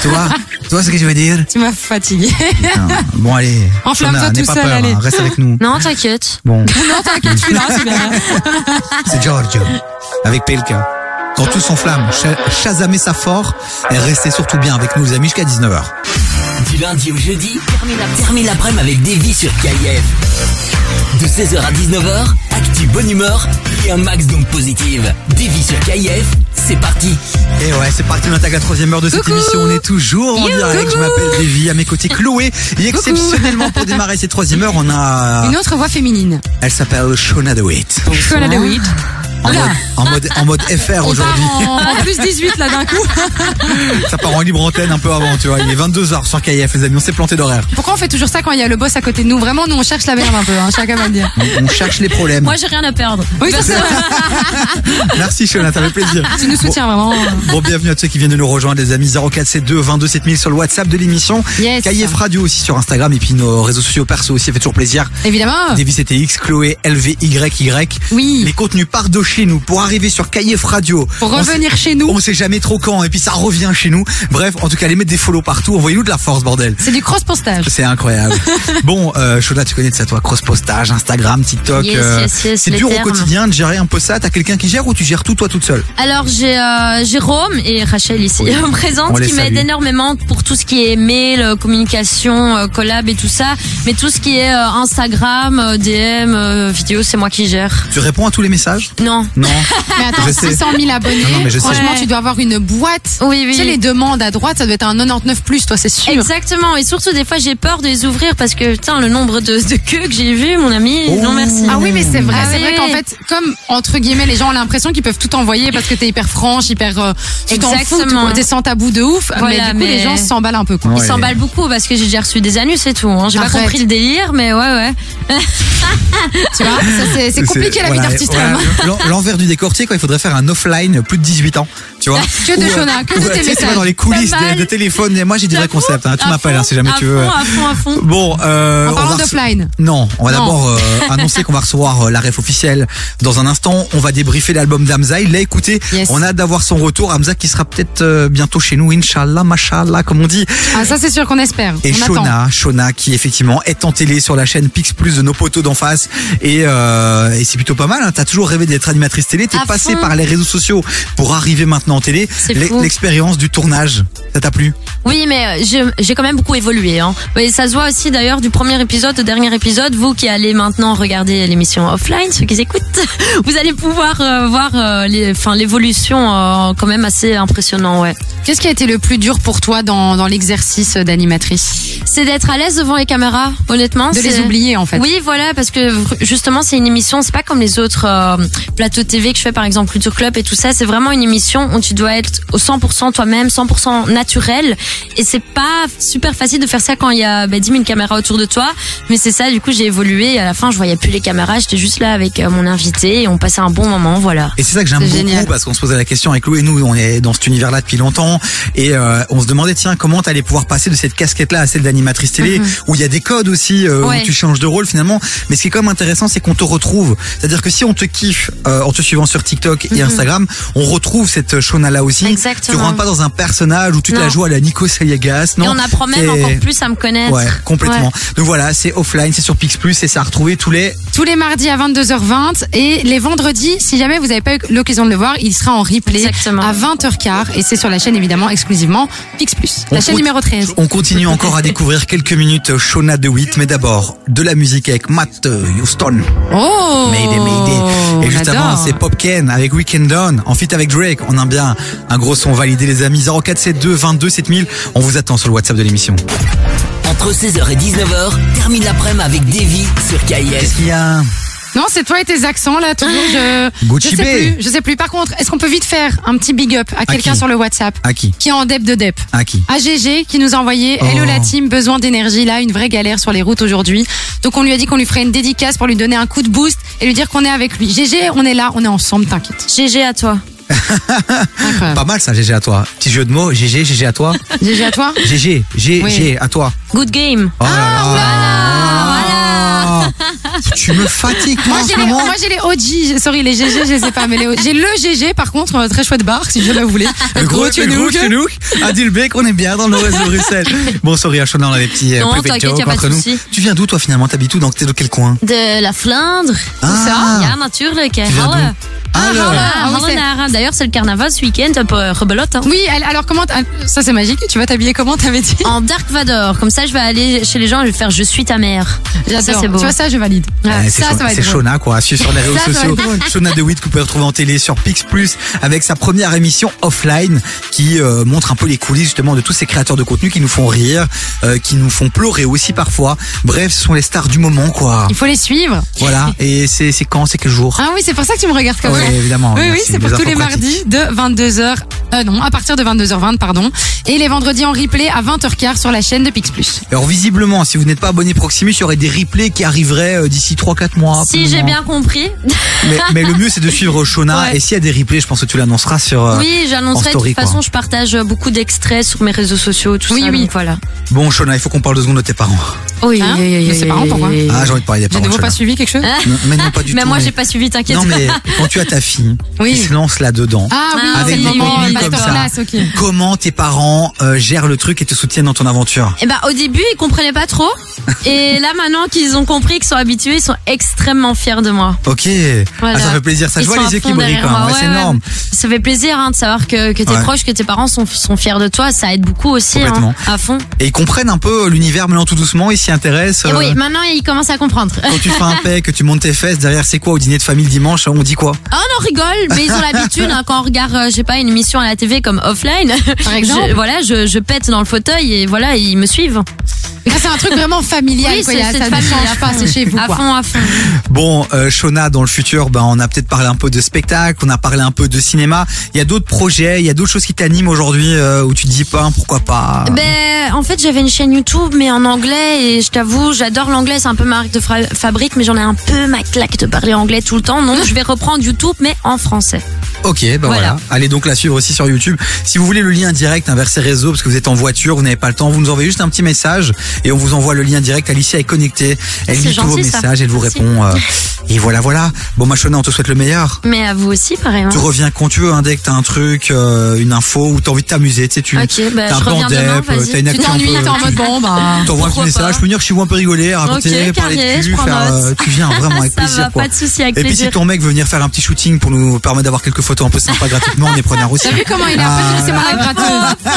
[SPEAKER 1] tu vois Tu vois ce que je veux dire
[SPEAKER 4] Tu m'as fatigué.
[SPEAKER 1] Non. Bon, allez.
[SPEAKER 4] Enflamme-toi
[SPEAKER 1] Shona,
[SPEAKER 4] tout
[SPEAKER 1] n'aie pas
[SPEAKER 4] seul,
[SPEAKER 1] peur,
[SPEAKER 4] allez.
[SPEAKER 1] hein, Reste avec nous.
[SPEAKER 3] Non, t'inquiète.
[SPEAKER 1] Bon.
[SPEAKER 4] non, t'inquiète, je suis là, c'est bien.
[SPEAKER 1] C'est Giorgio avec Pelka. Quand tout s'enflamme, cha- chasamez ça fort et restez surtout bien avec nous les amis jusqu'à 19h.
[SPEAKER 2] Du lundi au jeudi, termine la- termine l'après-midi avec Davy sur KIF. De 16h à 19h, active bonne humeur et un max d'ondes positives. Davy sur KIF, c'est parti.
[SPEAKER 1] Et ouais, c'est parti, on attaque la troisième heure de cette
[SPEAKER 4] Coucou.
[SPEAKER 1] émission. On est toujours en
[SPEAKER 4] You,
[SPEAKER 1] direct. Je
[SPEAKER 4] coucou.
[SPEAKER 1] m'appelle Davy, à mes côtés Chloé. Et exceptionnellement pour démarrer cette troisième heure, on a...
[SPEAKER 4] Une autre voix féminine.
[SPEAKER 1] Elle s'appelle Shona DeWitt.
[SPEAKER 4] Shona DeWitt.
[SPEAKER 1] En mode, en mode, en mode FR
[SPEAKER 4] On part
[SPEAKER 1] aujourd'hui.
[SPEAKER 4] en, en plus 18 là d'un coup.
[SPEAKER 1] Ça part en libre antenne un peu avant, tu vois. Il est 22h sur KIF, les amis. On s'est planté d'horaire.
[SPEAKER 4] Pourquoi on fait toujours ça quand il y a le boss à côté de nous Vraiment, nous on cherche la merde un peu, hein, chacun va le dire.
[SPEAKER 1] On, on cherche les problèmes.
[SPEAKER 3] Moi, j'ai rien à perdre.
[SPEAKER 4] Oui, ça c'est vrai.
[SPEAKER 1] Merci Shona, ça fait plaisir.
[SPEAKER 4] Tu nous soutiens vraiment.
[SPEAKER 1] Bon, bienvenue à tous ceux qui viennent de nous rejoindre, les amis. 0472 22 7000 sur le WhatsApp de l'émission.
[SPEAKER 4] Yes.
[SPEAKER 1] KIF Radio aussi sur Instagram et puis nos réseaux sociaux perso aussi, ça fait toujours plaisir.
[SPEAKER 4] Évidemment.
[SPEAKER 1] Davis CTX, Chloé, LVYY.
[SPEAKER 4] Ah. Oui.
[SPEAKER 1] Les contenus par deux chez nous pour arriver sur Caïef Radio.
[SPEAKER 4] Pour
[SPEAKER 1] On
[SPEAKER 4] revenir
[SPEAKER 1] sait-
[SPEAKER 4] chez nous.
[SPEAKER 1] On sait jamais trop quand et puis ça revient chez nous. Bref, en tout cas, allez mettre des follow partout. Envoyez-nous de la force, bordel.
[SPEAKER 4] C'est du cross-postage.
[SPEAKER 1] C'est incroyable. bon, euh, Choda, tu connais de ça, toi, cross-postage, Instagram, TikTok. euh,
[SPEAKER 3] Yes, yes, yes,
[SPEAKER 1] c'est
[SPEAKER 3] les
[SPEAKER 1] dur au
[SPEAKER 3] termes.
[SPEAKER 1] quotidien de gérer un peu ça. T'as quelqu'un qui gère ou tu gères tout toi toute seule
[SPEAKER 3] Alors j'ai euh, Jérôme et Rachel ici
[SPEAKER 1] Oui. On
[SPEAKER 3] présentes
[SPEAKER 1] les
[SPEAKER 3] qui m'aident
[SPEAKER 1] salue.
[SPEAKER 3] énormément pour tout ce qui est mail, euh, communication, euh, collab et tout ça. Mais tout ce qui est euh, Instagram, euh, DM, euh, vidéo, c'est moi qui gère.
[SPEAKER 1] Tu réponds à tous les messages
[SPEAKER 3] Non.
[SPEAKER 1] Non.
[SPEAKER 4] Mais attends,
[SPEAKER 1] Je sais.
[SPEAKER 4] 600 000 abonnés.
[SPEAKER 1] Non, non, mais je sais.
[SPEAKER 4] Franchement,
[SPEAKER 3] Ouais.
[SPEAKER 4] tu dois avoir une boîte.
[SPEAKER 3] Oui, oui.
[SPEAKER 4] Tu sais, les demandes à droite, ça doit être un 99 plus, toi, c'est sûr.
[SPEAKER 3] Exactement. Et surtout, des fois, j'ai peur de les ouvrir parce que, putain, le nombre de, de queues que j'ai vu, mon ami,
[SPEAKER 1] Oh.
[SPEAKER 3] non merci.
[SPEAKER 4] Ah oui, mais c'est vrai.
[SPEAKER 3] Ah
[SPEAKER 4] c'est
[SPEAKER 3] oui,
[SPEAKER 4] vrai
[SPEAKER 3] oui.
[SPEAKER 4] qu'en fait, comme entre guillemets, les gens ont l'impression qu'ils peuvent tout envoyer parce que t'es hyper franche, hyper. euh, tu t'en fous, tu-
[SPEAKER 3] Exactement.
[SPEAKER 4] t'es sans tabou de ouf. mais
[SPEAKER 3] Voilà,
[SPEAKER 4] du coup,
[SPEAKER 3] mais-
[SPEAKER 4] les gens s'emballent un peu. Quoi.
[SPEAKER 1] Ouais.
[SPEAKER 3] Ils s'emballent beaucoup parce que j'ai déjà reçu des anus et tout. Hein. J'ai pas
[SPEAKER 4] Arrête.
[SPEAKER 3] compris le délire, mais ouais, ouais.
[SPEAKER 4] Tu vois, ça, c'est- c'est compliqué la vie
[SPEAKER 1] voilà, Euh,
[SPEAKER 4] d'artiste.
[SPEAKER 1] voilà,
[SPEAKER 4] quand même.
[SPEAKER 1] l'en- L'envers du décortier, quoi. Il faudrait faire un offline plus de 18 ans. Tu vois
[SPEAKER 4] Ah, Que de
[SPEAKER 1] Ou, euh,
[SPEAKER 4] Shona, que de
[SPEAKER 1] ou, euh,
[SPEAKER 4] tes
[SPEAKER 1] tu sais, c'est pas
[SPEAKER 4] messages.
[SPEAKER 1] dans les coulisses
[SPEAKER 3] Pas mal.
[SPEAKER 1] de, de téléphone. Et moi, j'ai des vrais concepts. hein. Tu
[SPEAKER 3] À
[SPEAKER 1] m'appelles
[SPEAKER 3] fond,
[SPEAKER 1] hein, si jamais
[SPEAKER 3] à
[SPEAKER 1] tu veux.
[SPEAKER 3] fond, à fond, à fond.
[SPEAKER 1] Bon, euh,
[SPEAKER 4] En
[SPEAKER 1] on
[SPEAKER 4] parlant
[SPEAKER 1] va rece-
[SPEAKER 4] d'offline.
[SPEAKER 1] Non, on va
[SPEAKER 4] Non.
[SPEAKER 1] d'abord euh, annoncer qu'on va recevoir euh, la ref officielle dans un instant. On va débriefer l'album d'Amza. Il l'a écouté.
[SPEAKER 4] Yes.
[SPEAKER 1] On a hâte d'avoir son retour. Hamza qui sera peut-être euh, bientôt chez nous. Inch'Allah, mashallah, comme on dit.
[SPEAKER 4] Ah, ça, c'est sûr qu'on espère.
[SPEAKER 1] Et
[SPEAKER 4] on attend.
[SPEAKER 1] Shona, Shona qui effectivement est en télé sur la chaîne Pix Plus de nos poteaux d'en face. Et, euh, et c'est plutôt pas mal. Hein. T'as toujours rêvé d'être animatrice télé. T'es
[SPEAKER 3] À
[SPEAKER 1] passé
[SPEAKER 3] fond.
[SPEAKER 1] par les réseaux sociaux pour arriver maintenant en télé.
[SPEAKER 3] C'est
[SPEAKER 1] L'e-
[SPEAKER 3] fou.
[SPEAKER 1] L'expérience du tournage, ça t'a plu
[SPEAKER 3] Oui, mais euh, je- j'ai quand même beaucoup évolué. Hein. Et ça se voit aussi d'ailleurs du premier épisode au dernier épisode. Vous qui allez maintenant regarder l'émission offline, ceux qui écoutent, vous allez pouvoir euh, voir euh, les- enfin, l'évolution euh, quand même assez impressionnant. Ouais.
[SPEAKER 4] Qu'est-ce qui a été le plus dur pour toi dans, dans l'exercice d'animatrice
[SPEAKER 3] C'est d'être à l'aise devant les caméras, honnêtement.
[SPEAKER 4] De les
[SPEAKER 3] c'est-
[SPEAKER 4] oublier, en fait.
[SPEAKER 3] Oui, voilà, parce que vr- justement, c'est une émission, c'est pas comme les autres euh, plateaux TV que je fais, par exemple Culture Club et tout ça. C'est vraiment une émission où tu dois être au 100% toi-même, 100% naturel. Et c'est pas super facile de faire ça quand il y a bah, 10 000 caméras autour de toi. Mais c'est ça, du coup, j'ai évolué. Et à la fin, je voyais plus les caméras, j'étais juste là avec euh, mon invité et on passait un bon moment, voilà.
[SPEAKER 1] Et c'est ça que j'aime
[SPEAKER 4] C'est
[SPEAKER 1] beaucoup
[SPEAKER 4] génial.
[SPEAKER 1] parce qu'on se posait la question avec Lou et nous, on est dans cet univers-là depuis longtemps et euh, on se demandait tiens comment t'allais pouvoir passer de cette casquette-là à celle d'animatrice télé où il y a des codes aussi euh,
[SPEAKER 3] Mm-hmm. Ouais.
[SPEAKER 1] où tu changes de rôle finalement. Mais ce qui est quand même intéressant, c'est qu'on te retrouve. C'est-à-dire que si on te kiffe euh, en te suivant sur TikTok et Instagram, on retrouve cette Shona là aussi.
[SPEAKER 3] Mm-hmm. Exactement.
[SPEAKER 1] Tu rentres pas dans un personnage où tu te la
[SPEAKER 3] Non.
[SPEAKER 1] joues à la Nico Saliagas. Non.
[SPEAKER 3] et on apprend même
[SPEAKER 1] T'es-
[SPEAKER 3] encore plus à me connaître.
[SPEAKER 1] Ouais, complètement. Donc voilà, c'est offline, c'est sur Pix Plus et ça a retrouvé tous les
[SPEAKER 4] Tous les mardis à 22h20 et les vendredis, si jamais vous n'avez pas eu l'occasion de le voir, il sera en replay
[SPEAKER 3] Exactement.
[SPEAKER 4] à 20h15 et c'est sur la chaîne évidemment exclusivement Pix Plus, la
[SPEAKER 1] On
[SPEAKER 4] chaîne
[SPEAKER 1] cont-
[SPEAKER 4] numéro 13.
[SPEAKER 1] On continue encore à découvrir quelques minutes Shona de Witt, mais d'abord de la musique avec Matt euh, Houston.
[SPEAKER 4] Oh
[SPEAKER 1] Mayday, Mayday. Et juste
[SPEAKER 4] on
[SPEAKER 1] avant,
[SPEAKER 4] adore.
[SPEAKER 1] c'est Pop Ken avec Weekend Down, en fit avec Drake. On aime bien un gros son validé, les amis. 0472 22 7000. On vous attend sur le WhatsApp de l'émission.
[SPEAKER 2] Entre 16h et 19h, termine l'après-midi avec Davy sur KIF.
[SPEAKER 1] Qu'est-ce qu'il y a
[SPEAKER 4] Non, c'est toi et tes accents là, toujours. Je,
[SPEAKER 1] Gucci
[SPEAKER 4] je sais
[SPEAKER 1] Bey.
[SPEAKER 4] plus. Je sais plus. Par contre, est-ce qu'on peut vite faire un petit big up à, quelqu'un
[SPEAKER 1] qui
[SPEAKER 4] sur le WhatsApp
[SPEAKER 1] À qui
[SPEAKER 4] qui est en dep de dep
[SPEAKER 1] À qui
[SPEAKER 4] à GG qui nous a envoyé
[SPEAKER 1] Oh.
[SPEAKER 4] Hello la team, besoin d'énergie là, une vraie galère sur les routes aujourd'hui. Donc on lui a dit qu'on lui ferait une dédicace pour lui donner un coup de boost et lui dire qu'on est avec lui. GG, on est là, on est ensemble, t'inquiète.
[SPEAKER 3] GG à toi.
[SPEAKER 1] Pas
[SPEAKER 4] Incroyable.
[SPEAKER 1] mal ça, GG à toi. Petit jeu de mots, GG, GG à toi.
[SPEAKER 4] GG à toi
[SPEAKER 1] GG, GG
[SPEAKER 4] Oui. Ah,
[SPEAKER 1] à toi.
[SPEAKER 3] Good game.
[SPEAKER 1] Oh là là. Tu me fatigues, toi,
[SPEAKER 4] Moi
[SPEAKER 1] en
[SPEAKER 4] j'ai
[SPEAKER 1] ce
[SPEAKER 4] les,
[SPEAKER 1] moment.
[SPEAKER 4] moi, j'ai les OG, sorry les GG je les ai pas mais les OG. j'ai le GG par contre euh, très chouette bar si jamais vous voulez.
[SPEAKER 1] Le gros, le gros
[SPEAKER 4] Tunouk.
[SPEAKER 1] Tunouk, Adil Beck, on est bien dans le reste de Bruxelles. Bon, sorry, à Shonan, on a les petits euh,
[SPEAKER 3] Non,
[SPEAKER 1] private
[SPEAKER 3] t'inquiète,
[SPEAKER 1] jokes
[SPEAKER 3] y a pas de
[SPEAKER 1] entre nous.
[SPEAKER 3] souci.
[SPEAKER 1] Tu viens d'où, toi, finalement T'habites où Dans t'es de quel coin
[SPEAKER 3] De la Flandre.
[SPEAKER 1] Ah.
[SPEAKER 3] ça. Ja, natuurlijk.
[SPEAKER 1] Tu viens
[SPEAKER 3] Halle.
[SPEAKER 1] d'où Halle.
[SPEAKER 3] Halle,
[SPEAKER 4] Ah oui, c'est-
[SPEAKER 3] Hallenaar. D'ailleurs, c'est le carnaval ce week-end, un peu rebelote. hein.
[SPEAKER 4] Oui, elle- alors comment t'- euh, ça c'est magique, tu vas t'habiller comment t'avais dit
[SPEAKER 3] En Dark Vador. Comme ça, je vais aller chez les gens et je vais faire Je suis ta mère. Ça,
[SPEAKER 4] J'adore.
[SPEAKER 3] c'est
[SPEAKER 4] Tu
[SPEAKER 3] beau.
[SPEAKER 4] vois ça je valide.
[SPEAKER 1] Ouais, Ah, c'est
[SPEAKER 4] ça
[SPEAKER 1] Shona-
[SPEAKER 4] ça va être
[SPEAKER 1] c'est
[SPEAKER 4] drôle.
[SPEAKER 1] Shona quoi, à suivre sur les réseaux
[SPEAKER 4] Ça, ça va
[SPEAKER 1] sociaux.
[SPEAKER 4] être drôle.
[SPEAKER 1] Shona DeWitt que vous pouvez retrouver en télé sur Pix Plus avec sa première émission offline qui euh, montre un peu les coulisses justement de tous ces créateurs de contenu qui nous font rire, euh, qui nous font pleurer aussi parfois. Bref, ce sont les stars du moment quoi.
[SPEAKER 4] Il faut les suivre.
[SPEAKER 1] Voilà. Et c'est c'est quand, c'est quel jour
[SPEAKER 4] Ah oui, c'est pour ça que tu me regardes comme
[SPEAKER 1] Ouais,
[SPEAKER 4] ça.
[SPEAKER 1] évidemment,
[SPEAKER 4] Oui, oui,
[SPEAKER 1] merci,
[SPEAKER 4] c'est pour
[SPEAKER 1] des
[SPEAKER 4] tous les
[SPEAKER 1] infos pratiques.
[SPEAKER 4] mardis de 22h Euh, non, à partir de 22h20, pardon. Et les vendredis en replay à 20h15 sur la chaîne de Pix Plus.
[SPEAKER 1] Alors visiblement, si vous n'êtes pas abonné Proximus, il y aurait des replays qui arriveraient euh, d'ici 3-4 mois.
[SPEAKER 3] Si j'ai
[SPEAKER 1] probablement.
[SPEAKER 3] bien compris.
[SPEAKER 1] Mais, mais le mieux, c'est de suivre Shona.
[SPEAKER 3] Ouais.
[SPEAKER 1] Et s'il y a des replays, je pense que tu l'annonceras sur. euh,
[SPEAKER 3] oui, j'annoncerai.
[SPEAKER 1] en
[SPEAKER 3] De
[SPEAKER 1] story,
[SPEAKER 3] toute
[SPEAKER 1] quoi.
[SPEAKER 3] façon, je partage euh, beaucoup d'extraits sur mes réseaux sociaux, tout
[SPEAKER 4] Oui,
[SPEAKER 3] ça.
[SPEAKER 4] oui.
[SPEAKER 3] donc voilà.
[SPEAKER 1] Bon, Shona, il faut qu'on parle deux secondes de tes parents.
[SPEAKER 3] Oui,
[SPEAKER 4] Hein Mais c'est marrant, pourquoi
[SPEAKER 1] Ah, j'ai envie de parler des
[SPEAKER 4] J'ai
[SPEAKER 1] parents.
[SPEAKER 4] de nouveau
[SPEAKER 1] Shona.
[SPEAKER 4] pas suivi quelque chose
[SPEAKER 1] Non, mais non, pas du
[SPEAKER 3] Mais
[SPEAKER 1] tout.
[SPEAKER 3] moi, j'ai pas suivi, t'inquiète.
[SPEAKER 1] Non, mais quand tu as ta fille
[SPEAKER 4] Oui.
[SPEAKER 1] qui se lance là-dedans,
[SPEAKER 4] Ah oui,
[SPEAKER 3] Ah,
[SPEAKER 4] c'est
[SPEAKER 1] avec
[SPEAKER 4] le
[SPEAKER 1] des
[SPEAKER 4] moment,
[SPEAKER 1] menus
[SPEAKER 4] le
[SPEAKER 1] comme ça,
[SPEAKER 4] masterclass, ok.
[SPEAKER 1] comment tes parents euh, gèrent le truc et te soutiennent dans ton aventure
[SPEAKER 3] Eh ben, au début, ils comprenaient pas trop. Et là, maintenant qu'ils ont compris, qu'ils sont habitués, ils sont extrêmement fiers de moi.
[SPEAKER 1] Ok,
[SPEAKER 3] Voilà.
[SPEAKER 1] ah, ça fait plaisir, ça
[SPEAKER 3] Ils
[SPEAKER 1] je vois
[SPEAKER 3] sont
[SPEAKER 1] les
[SPEAKER 3] à
[SPEAKER 1] yeux qui
[SPEAKER 3] fond
[SPEAKER 1] brillent
[SPEAKER 3] derrière
[SPEAKER 1] quand même,
[SPEAKER 3] moi.
[SPEAKER 1] Ouais,
[SPEAKER 3] Ouais,
[SPEAKER 1] c'est
[SPEAKER 3] ouais.
[SPEAKER 1] énorme.
[SPEAKER 3] Ça fait plaisir hein, de savoir que, que tes
[SPEAKER 1] Ouais.
[SPEAKER 3] proches, que tes parents sont, sont fiers de toi. Ça aide beaucoup aussi,
[SPEAKER 1] Complètement.
[SPEAKER 3] hein, à fond.
[SPEAKER 1] Et ils comprennent un peu l'univers maintenant tout doucement, ils s'y intéressent.
[SPEAKER 3] Et
[SPEAKER 1] euh,
[SPEAKER 3] oui, maintenant, ils commencent à comprendre.
[SPEAKER 1] Quand tu fais un paix, que tu montes tes fesses, derrière c'est quoi au dîner de famille le dimanche hein, On dit quoi
[SPEAKER 3] Oh non, rigole, mais ils ont l'habitude hein, quand on regarde, euh, je sais pas, une émission à la TV comme Offline.
[SPEAKER 4] Par exemple
[SPEAKER 3] je, voilà, je, je pète dans le fauteuil et voilà, ils me suivent.
[SPEAKER 4] Ah, c'est un truc vraiment familial,
[SPEAKER 3] Oui,
[SPEAKER 4] quoi.
[SPEAKER 3] c'est-
[SPEAKER 4] il y a-
[SPEAKER 3] c'est
[SPEAKER 4] ça
[SPEAKER 3] de
[SPEAKER 4] ne
[SPEAKER 3] famille,
[SPEAKER 4] change
[SPEAKER 3] à
[SPEAKER 4] pas,
[SPEAKER 3] fond.
[SPEAKER 4] c'est chez vous,
[SPEAKER 3] À
[SPEAKER 4] quoi.
[SPEAKER 3] fond, à fond.
[SPEAKER 1] Bon, euh, Shona, dans le futur, ben, on a peut-être parlé un peu de spectacle, on a parlé un peu de cinéma. Il y a d'autres projets, il y a d'autres choses qui t'animent aujourd'hui euh, où tu te dis pas, pourquoi pas
[SPEAKER 3] Ben, en fait, j'avais une chaîne YouTube, mais en anglais, et je t'avoue, j'adore l'anglais, c'est un peu ma marque de fra- fabrique, mais j'en ai un peu ma claque de parler anglais tout le temps. Donc, je vais reprendre YouTube, mais en français.
[SPEAKER 1] Ok, ben voilà.
[SPEAKER 3] Voilà.
[SPEAKER 1] Allez donc la suivre aussi sur YouTube. Si vous voulez le lien direct hein, vers ces réseaux, parce que vous êtes en voiture, vous n'avez pas le temps, vous nous envoyez juste un petit message et on vous envoie le lien direct. Alicia est connectée, elle
[SPEAKER 3] C'est
[SPEAKER 1] lit tous vos
[SPEAKER 3] gentil, ça.
[SPEAKER 1] messages, elle vous
[SPEAKER 3] Merci.
[SPEAKER 1] répond. euh, et voilà, voilà. Bon, ma Shona, on te souhaite le meilleur.
[SPEAKER 3] Mais à vous aussi, pareil. hein.
[SPEAKER 1] Tu reviens quand tu veux, hein, dès que t'as un truc, euh, une info ou t'as envie de t'amuser, tu sais, tu
[SPEAKER 3] Ok, bah,
[SPEAKER 1] t'as un
[SPEAKER 3] je
[SPEAKER 1] peu en
[SPEAKER 3] reviens demain,
[SPEAKER 1] dep, euh,
[SPEAKER 3] vas-y.
[SPEAKER 1] t'as une
[SPEAKER 4] Tu
[SPEAKER 1] action un
[SPEAKER 4] t'ennuies,
[SPEAKER 1] peu-
[SPEAKER 4] t'es en mode bon, bah.
[SPEAKER 1] T'envoies un petit
[SPEAKER 3] Pourquoi
[SPEAKER 1] message,
[SPEAKER 3] pas
[SPEAKER 1] je peux venir chez vous un peu rigoler, raconter,
[SPEAKER 3] Ok,
[SPEAKER 1] parler
[SPEAKER 3] carré,
[SPEAKER 1] de cul,
[SPEAKER 3] je prends
[SPEAKER 1] faire,
[SPEAKER 3] note.
[SPEAKER 1] euh, tu viens vraiment avec
[SPEAKER 3] Ça
[SPEAKER 1] plaisir
[SPEAKER 3] va,
[SPEAKER 1] quoi.
[SPEAKER 3] pas de souci, avec
[SPEAKER 1] Et puis si
[SPEAKER 3] plaisir.
[SPEAKER 1] ton mec veut venir faire un petit shooting pour nous permettre d'avoir quelques photos un peu sympas gratuitement, on est preneur aussi.
[SPEAKER 4] T'as vu comment il a
[SPEAKER 1] Ah.
[SPEAKER 4] fait C'est ma gratteuse. C'est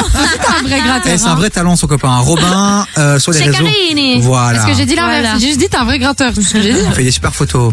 [SPEAKER 4] un vrai gratteur.
[SPEAKER 1] Eh, c'est
[SPEAKER 4] hein.
[SPEAKER 1] un vrai talent son copain, hein. Robin, euh, sur les
[SPEAKER 3] Chez
[SPEAKER 1] réseaux.
[SPEAKER 3] Karine.
[SPEAKER 1] Voilà.
[SPEAKER 4] Parce que j'ai dit l'inverse.
[SPEAKER 3] Voilà.
[SPEAKER 4] J'ai juste dit t'es un vrai gratteur. C'est ce que j'ai dit.
[SPEAKER 1] On fait des super photos.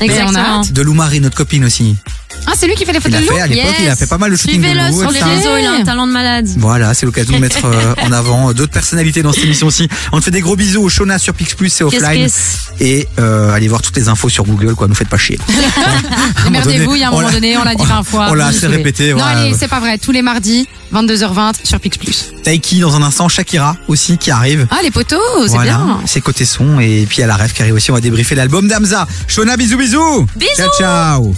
[SPEAKER 4] Mais on a
[SPEAKER 3] Exactement.
[SPEAKER 4] hâte.
[SPEAKER 1] De Lou Marie, notre copine aussi.
[SPEAKER 4] Ah, c'est lui qui fait les
[SPEAKER 1] Il
[SPEAKER 4] photos
[SPEAKER 1] a
[SPEAKER 4] de
[SPEAKER 1] fait
[SPEAKER 4] Lou
[SPEAKER 1] à l'époque,
[SPEAKER 3] Yes.
[SPEAKER 1] il a fait pas mal de shooting de
[SPEAKER 3] Suivez-le
[SPEAKER 1] Lou.
[SPEAKER 3] sur les
[SPEAKER 1] etc.
[SPEAKER 3] réseaux, il a un talent de malade.
[SPEAKER 1] Voilà, c'est l'occasion de mettre euh, en avant d'autres personnalités dans cette émission aussi. On te fait des gros bisous au Shona sur Pix Plus et
[SPEAKER 3] Qu'est-ce que
[SPEAKER 1] offline.
[SPEAKER 3] c'est
[SPEAKER 1] Et euh, allez voir toutes les infos sur Google, quoi. Nous faites pas chier.
[SPEAKER 4] Démerdez-vous, il y a un
[SPEAKER 1] on
[SPEAKER 4] moment
[SPEAKER 1] l'a-
[SPEAKER 4] donné, on l'a dit 20 fois.
[SPEAKER 1] on l'a
[SPEAKER 4] vous
[SPEAKER 1] assez
[SPEAKER 4] vous sauvez.
[SPEAKER 1] répété,
[SPEAKER 4] Non,
[SPEAKER 1] voilà.
[SPEAKER 4] allez, c'est pas vrai. Tous les mardis, 22h20 sur Pix Plus.
[SPEAKER 1] Taiki dans un instant, Shakira aussi qui arrive.
[SPEAKER 4] Ah, les poteaux, c'est
[SPEAKER 1] Voilà,
[SPEAKER 4] bien.
[SPEAKER 1] c'est côté son et puis à la rêve qui arrive aussi, on va débriefer l'album d'Amza. Shona, bisous bisous.
[SPEAKER 3] Bisous.
[SPEAKER 1] Ciao ciao.